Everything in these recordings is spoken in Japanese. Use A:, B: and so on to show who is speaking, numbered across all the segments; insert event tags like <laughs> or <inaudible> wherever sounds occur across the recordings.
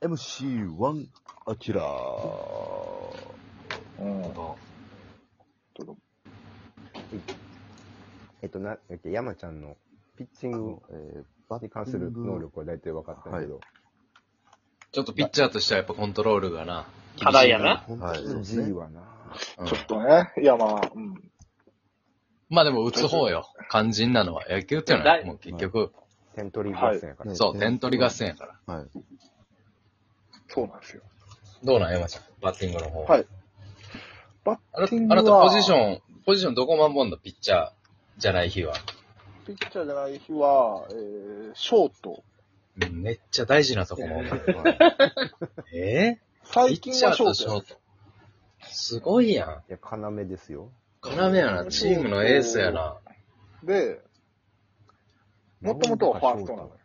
A: 4MC1 アキラ
B: うん。
A: の
C: えっと、な、えっと、山ちゃんのピッチング
A: えーバッ
C: に関する能力は大体分かったんやけど、
D: ちょっとピッチャーとしてはやっぱコントロールがな。
E: 課題やな。
C: 本
A: はい
C: 当に G はな、
D: うん
B: ちょっとね。いや、まあ、うん。
D: まあでも打つ方よ。肝心なのは。野球っていうのは
E: だい
D: もう結局、
C: 点取り合戦やから。
A: はい
D: そう、点取り合戦やから。
A: はい。
B: そうなんですよ。
D: どうなん、山ちゃん。バッティングの方。
B: はいバ
D: あな
B: ッティング
D: あ
B: は。
D: なたポジション、ポジションどこ守んのピッチャーじゃない日は。
B: ピッチャーじゃない日は、えー、ショート。
D: うんめっちゃ大事なとこ
B: <laughs>
D: 守る。えー、ピ
B: 最
D: ッ
B: 近
D: チャ
B: は
D: ー
B: ショ
D: と
B: ート
D: ショ
B: や。
D: ート。すごいやん。
C: いや、要ですよ。
D: 要やな。チームのエースやな。
B: で、もともとはファーストなのよ。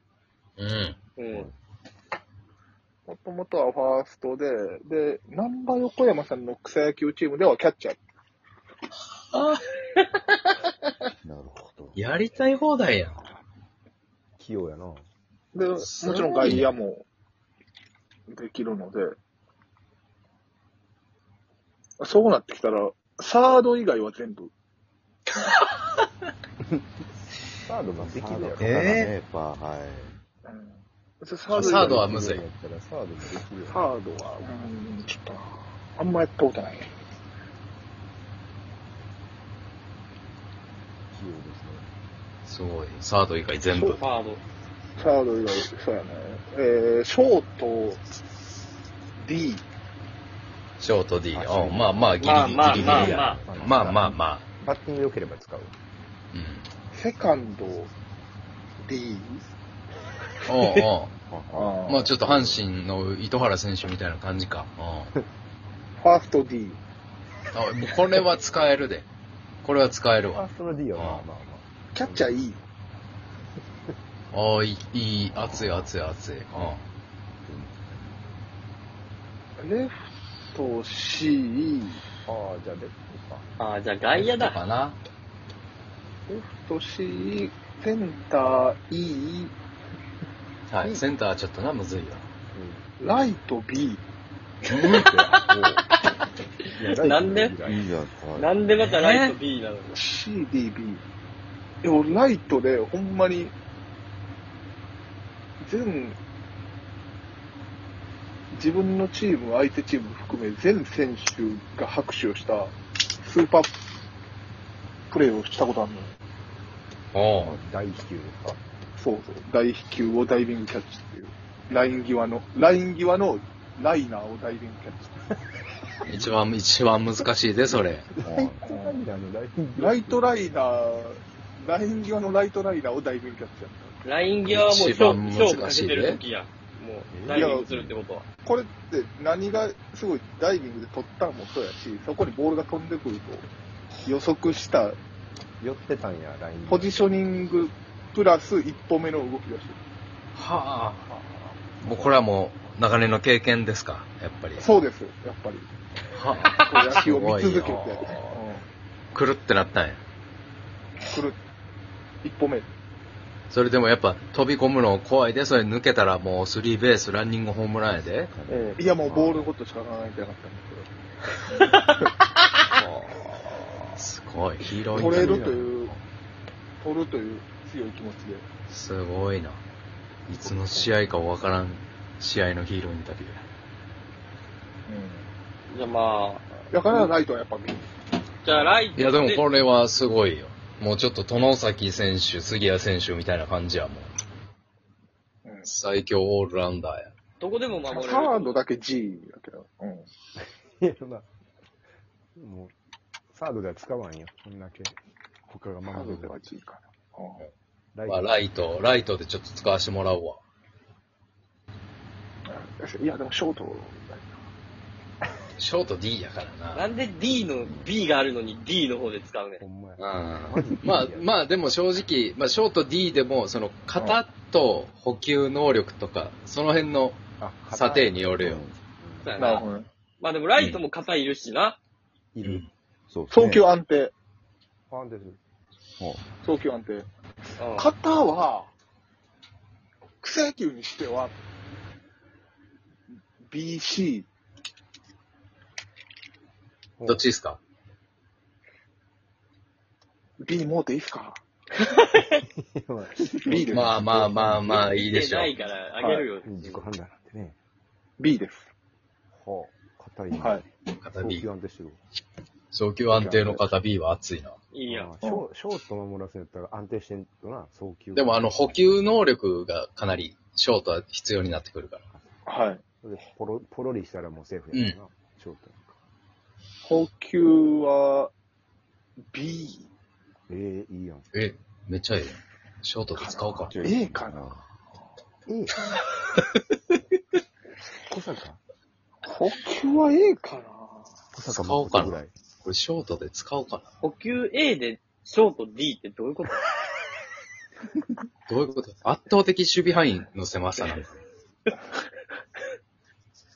D: うん。
B: うんもともとはファーストで、で、南波横山さんの草野球チームではキャッチャー。
A: なるほど。
D: やりたい放題やん。
C: 器用やな。
B: で、もち
D: すごい
B: ろん外野もできるので、そうなってきたら、サード以外は全部。
C: サードができるやろ。
A: え
D: え
A: やっぱ、はい。
B: うんサ
D: あ
B: 以外
D: サードはむずい
C: サードもできるや
B: サ
C: ろ。
B: ードは、うん、ちょっとな、あんまやったことない。
C: 器用で
D: す
C: すね。
D: ごい。サード以外全部。
E: まあ、あの、
B: サード以外、そうやね。えー、ショート、D、
D: ショート D。あまあまあ、ギリ
E: まあ
D: ギリ。
E: まあ
D: ギリギリ
E: まあ
D: や
E: ま
C: あ
D: まあまあま
C: バッティング良ければ使う。
D: あ。うん。
B: セカンド、D、
D: おうおう。まあちょ
B: ょ
D: っと阪神の糸原選手みたいな感じか。うん。
B: ファースト D。
D: あもうこれは使えるで。これは使える
C: ファ
D: わ
C: ー。ストの D はまあまあま
B: キャッチャー E。
D: ああ、いい、いい、熱い、熱い、熱い。うん。
B: レフト C。
C: あ。ああ、じゃあレフトか。
E: あーじゃあ外野だ。
D: かな。
B: レフト C。センター E。
D: はい。センターちょっとな、むずいよ。
B: ライト B。
C: うん。
E: なんで
A: いいじゃん。
E: な
A: はい。
E: んでまたライト B なの
B: C、D、B。でもライトでほんまに、全、自分のチーム、相手チーム含め全選手が拍手をしたスーパープレーをしたことあるのよ。
D: おう
C: 第1球ですか。
B: そうそう。大飛球をダイビングキャッチっていう。ライン際の、ライン際のライナーをダイビングキャッチ。
D: 一番、一番難しいで、それ。
C: ライトライナーのライン
B: ライトライナー、ライン際のライトライナーをダイビングキャッチやっ
E: ライン際はもう
D: 一番
E: 勝負勝負か
D: 難
E: け
D: しい
E: て
D: ね
E: る時やん。もう、ダイビングするってことは。
B: た。これって何がすごいダイビングで取ったのもそうやし、そこにボールが飛んでくると予測した
C: 寄ってたんや、ライン。
B: ポジショニングプラス一歩目の動きだし。
D: はあ。もうこれはもう、長年の経験ですか、やっぱり。
B: そうです、やっぱり。
D: は
B: こう野
D: あ。
B: 球を見続けて、
D: す
B: う
D: ごいよ
B: ん、
D: くるってなったんや。
B: 来る。一歩目。
D: それでもやっぱ飛び込むの怖いで、それ抜けたらもうスリーベース、ランニングホームランやで。
B: いやもうボールのことしか考えてなかったんですけど。
D: すごい、ヒーローイン
B: 取
D: タ
B: れ
D: ビュー
B: るという、取るという強い気持ちで。
D: すごいな。いつの試合かわからん試合のヒーローインタビューや。
E: じゃあまあ、
B: だからライトはやっぱ見る。
E: じゃあライト
D: いや、でもこれはすごいよ。もうちょっと、外崎選手、杉谷選手みたいな感じやもん。
B: うん
D: 最強オールラウンダーや。
E: どこでも守れる。
B: サードだけ G だけど。うん。
C: いや <laughs> まあもう、サードでは使わんよ、こんだけ。他が
B: サー
C: 守
B: ド
C: る
B: で
C: か
B: は G かな。
C: ら。
D: まあ、ライト、ライトでちょっと使わせてもらうわ。
B: うん。いや、でもショート
D: ショート D やか
E: な
D: ら
E: んで D の、B があるのに D の方で使うねん
C: ほ。んまや。
D: な。
C: マジでいいや
D: まあ、まあ、でも正直、まあ、ショート D でも、その、型と補給能力とか、その辺の
C: あ
D: 査定によるよ。
E: そうや
B: なる
E: な
B: ほどね。
E: まあでもライトも肩いるしな。
C: いる。
A: そうですね
B: 送球安定。
C: ファンです。
A: ほ
B: 送球安定。
E: うん
B: 肩は、草野球にしては、 BC。
D: どっちですか
B: B もうていいっすか ?B です。
D: まあまあまあまあ、いいでしょう
E: な。いから、あげるよ。
C: 自己判断なんてね。
B: B です。
A: はあ、硬いね。
B: はい。
D: 片
A: 早
D: B
A: 期。安定してる。
D: 早急安定の片 B は熱いな。
E: いいやん。
C: ショショート守らせるんやったら安定してんとな、早急。
D: でもあの、補給能力がかなり、ショートは必要になってくるから。
B: はい。
C: でポロ、ポロリしたらもうセーフやからな、ショートなんか。
B: 補給は B。
C: ええいいやん。
D: え、めっちゃええやんショートで使おうか。
B: A かな
C: ええ小坂
B: 補給は A かな
A: 小
D: 坂
A: 坂
D: も
A: 誠ぐらい。
D: これショートで使おうかな。
E: 補給 A で、ショート D ってどういうこと
D: どういうこと圧倒的守備範囲の狭さなんだ。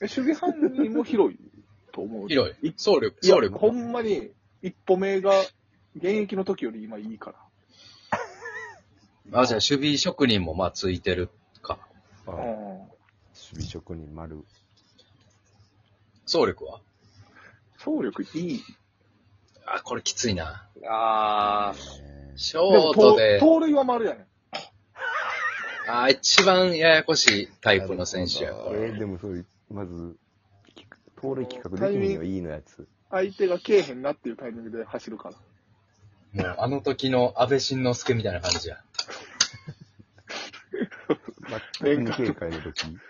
B: え、守備範囲も広いと思う。
D: <laughs> 広い。総力、
B: いや
D: 総、力。
B: ほんまに、一歩目が、現役の時より今いいから。
D: あ、じゃあ守備職人もまあついてるか。
B: う
C: あ
B: ん。
C: 守備職人丸。
D: 総力は
B: 総力 E。
D: あ、これきついな。
E: あ
A: ね
D: シ
B: でも
D: ョ
B: 盗
D: ートで、
B: 盗塁は丸やねん。
D: あ、一番ややこしいタイプの選手や、これ。
C: ええでもそういう、まず、き盗塁企画できんよ、いいのやつ。
B: 相手がけえへんなっていうタイミングで走るから。
D: もうあの時の安倍晋之助みたいな感じや。
B: 年
C: 全警
B: 間、
C: 戒の時。
D: うん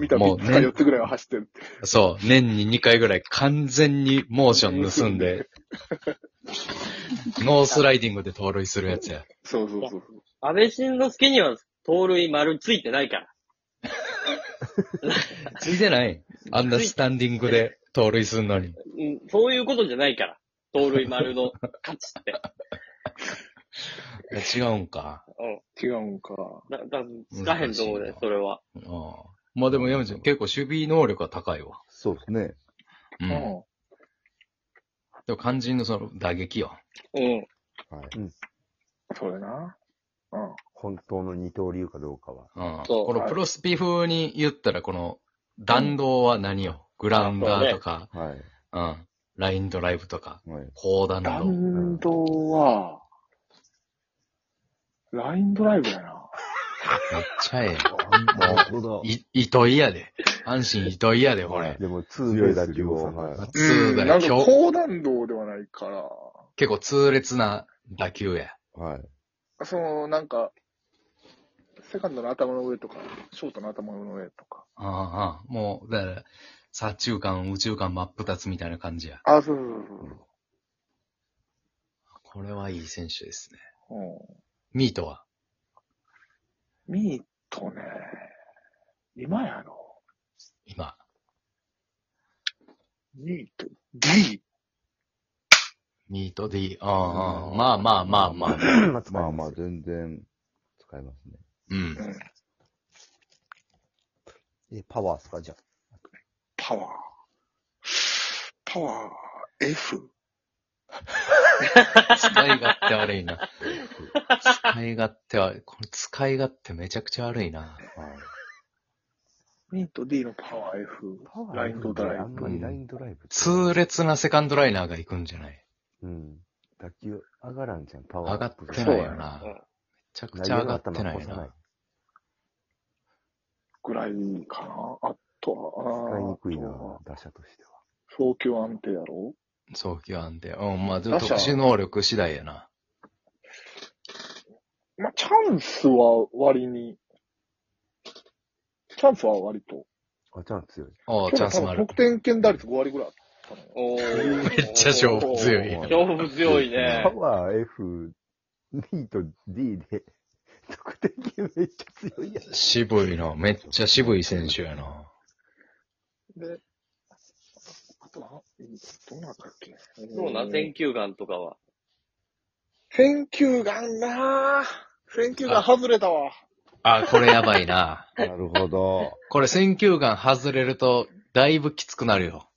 B: 見た3
D: もう
B: つか
D: ね
B: 4つぐらいは走ってる。
D: そう、年に2回ぐらい完全にモーション盗ん <laughs> で、ノースライディングで盗塁するやつや。
B: そうそうそう。
E: あ、安倍晋之助には盗塁丸ついてないから。
D: ついてないあんなスタンディングで盗塁するのに。
E: うん、そういうことじゃないから。盗塁丸の価値って。
D: いや違うんか。
E: うん。
B: 違うんか。
E: だ、だ、つかへんと思うね、それは。
D: うんまあでも山ちゃん結構守備能力は高いわ。
A: そうですね。
D: う。
B: うん
D: でも肝心のその打撃よ。
E: うん。
A: はい。
B: そうやな。うん。
C: 本当の二刀流かどうかは。
D: うん。
E: そう
D: このプロスピ風に言ったらこの弾道は何よグラウンダーとか、
A: はい。
D: うん。ラインドライブとか、
A: はい。
D: 高弾
B: ラ
D: 道。
B: ンドは、ラインドライブやな。
D: めっちゃええよ。
A: あ、本当だ。
D: い、糸井やで。阪神糸井やで、こ
A: は
D: れ
A: い。
C: でも、ツー
A: 強
C: ベ
A: い
C: ー
A: 打
C: ス
A: 球
C: 量
A: を。
C: 産
A: はい。
D: 通だ
B: な
D: よ。
B: んか
D: 今日、
B: 高弾道ではないから、
D: 結構痛烈な打球や。
A: はい。
B: その、なんか、セカンドの頭の上とか、ショートの頭の上とか。
D: ああ、もう、だから、左中間、右中間真っ二つみたいな感じや。
B: あ、そうそう
D: これはいい選手ですね。
B: そうそう。
D: ミートは
B: うん。ミートね、今やろ。
D: 今。
B: ミート、D。
D: ミート D。ああああ、まあまあまあまあ。
C: まあ使い
A: まあま
C: ます
A: あ、全然使えますね。
D: うん。
A: え、パワーですかじゃ
B: パワー。パワー、F。
D: 使い勝手悪いな。使い勝手は、これ使い勝手めちゃくちゃ悪いな。
A: あ。はい。
B: ミート D のパワー F。
C: パワー
B: ラインドライブ
C: あんまりラインドライブって。
D: 痛烈なセカンドライナーが行くんじゃない
C: うん。打球上がらんじゃん、パワー。
D: 上がって
B: そ
D: な
B: う
D: い
B: や
D: よな。
E: うん
D: めちゃくちゃ上がってないよな。
B: ぐらいかな。あとは、
C: 使いにくい
B: あ
C: な
B: とは、
C: 打者としては。
B: 早球安定やろ
D: 早期安定。うん、まあ、でも
B: 打
D: 特
B: 者
D: 殊能力次第やな。
B: まあ、チャンスは割に、チャンスは割と。
C: あ、ちゃん強い。
D: おうチャンスもあ
B: 多
D: る
B: 分。得点圏打率5割ぐらいあったのよ。
E: お
D: めっちゃ勝負強い。
A: おー
E: 勝負強いね
C: パ。ワー F、B と D で、得点圏めっちゃ強いやん。
D: 渋いな。めっちゃ渋い選手やな。
B: で、あとは、どうなんだっけ
E: そうな、選球眼とかは。
B: 選球眼なぁ。選球眼外れたわ。
D: あ、これやばいな。
A: なるほど。
D: これ選球眼外れると、だいぶきつくなるよ。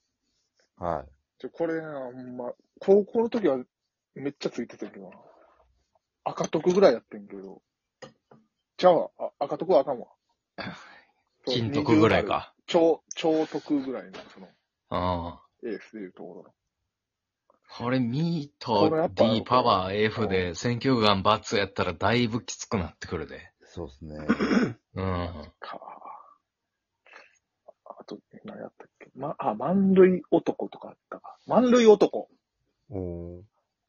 A: は
B: ちょこれな、ほんま、高校の時はめっちゃついてたけどな。赤徳ぐらいやってんけど。じゃあ、あ赤徳はあかんわ。
D: <laughs> 金徳ぐらいか。
B: 超、超得ぐらいの、その、
D: ああ。
B: エースでいうところの。
D: これ、ミー
B: これや
D: と
B: っぱ
D: D パワー F で選挙眼バツやったらだいぶきつくなってくるで。
A: そうですね。
D: うん。
B: か。あと、何やったっけま、あ、満塁男とかあったか。満塁男。
C: おー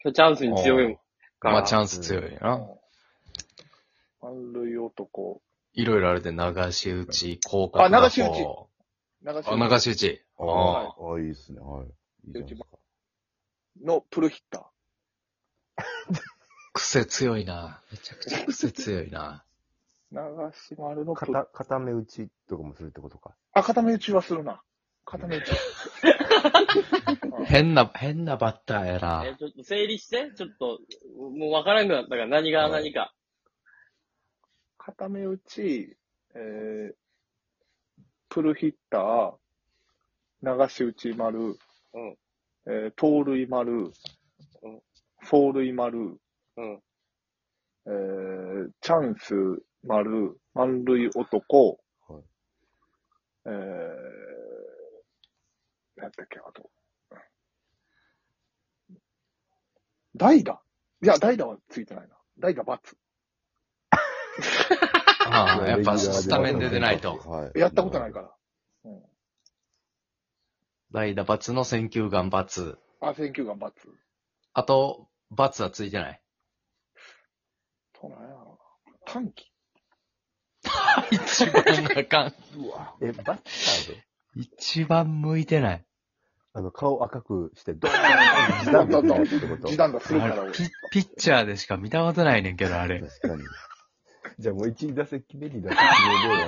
E: 今日チャンスに強いから。
D: まあ、チャンス強いよな。
B: 満塁男。
D: いろいろあるで、流し打ち、広
B: あ
D: 角打
B: 流し打ち長
D: あ、流し打ち。あ
A: あ
D: あ。
A: あ、いいですね。はい。いいじゃないですか。
B: のプルヒッター。
D: 癖強いな。めちゃくちゃ癖強いな。
B: 長島丸のプル
C: 片、片目打ちとかもするってことか。
B: あ、片目打ちはするな。片目打ち。
D: 変な、変なバッターやな
E: え。ちょっと整理して、ちょっと、もうわからなくなったから、何が何か。
B: 片目打ち、えー、プルヒッター、流し打ち丸、
E: うん
B: えー、盗塁丸、
E: ん
B: 走塁丸、
E: うん。
B: えー、チャンス丸、満塁男、
A: はい
B: えー、なんだっけ、あと。代打いや、代打はついてないな。代打×。
D: ああ、やっぱスタメンで出ないと。
A: はい。
B: やったことないから。
D: 代打罰の選球眼罰。
B: あ、選球眼×。
D: あと、罰はついて
E: <laughs>
D: ない。
B: そうなんやろな。短期
D: 一番あかん。
C: え、バッターで
D: 一番向いてない。
C: あの、顔赤くして、ドーン
B: <laughs> 時短だ
C: 自
B: と
C: 打ってこ。と
B: 時短だするか
D: あ
B: ら
D: れ
B: 俺。
D: ピピッチャーでし
B: <laughs>
D: か見たことないねんけど、あれ。
A: 確かに。
C: じゃあもう1打席目に打席目で、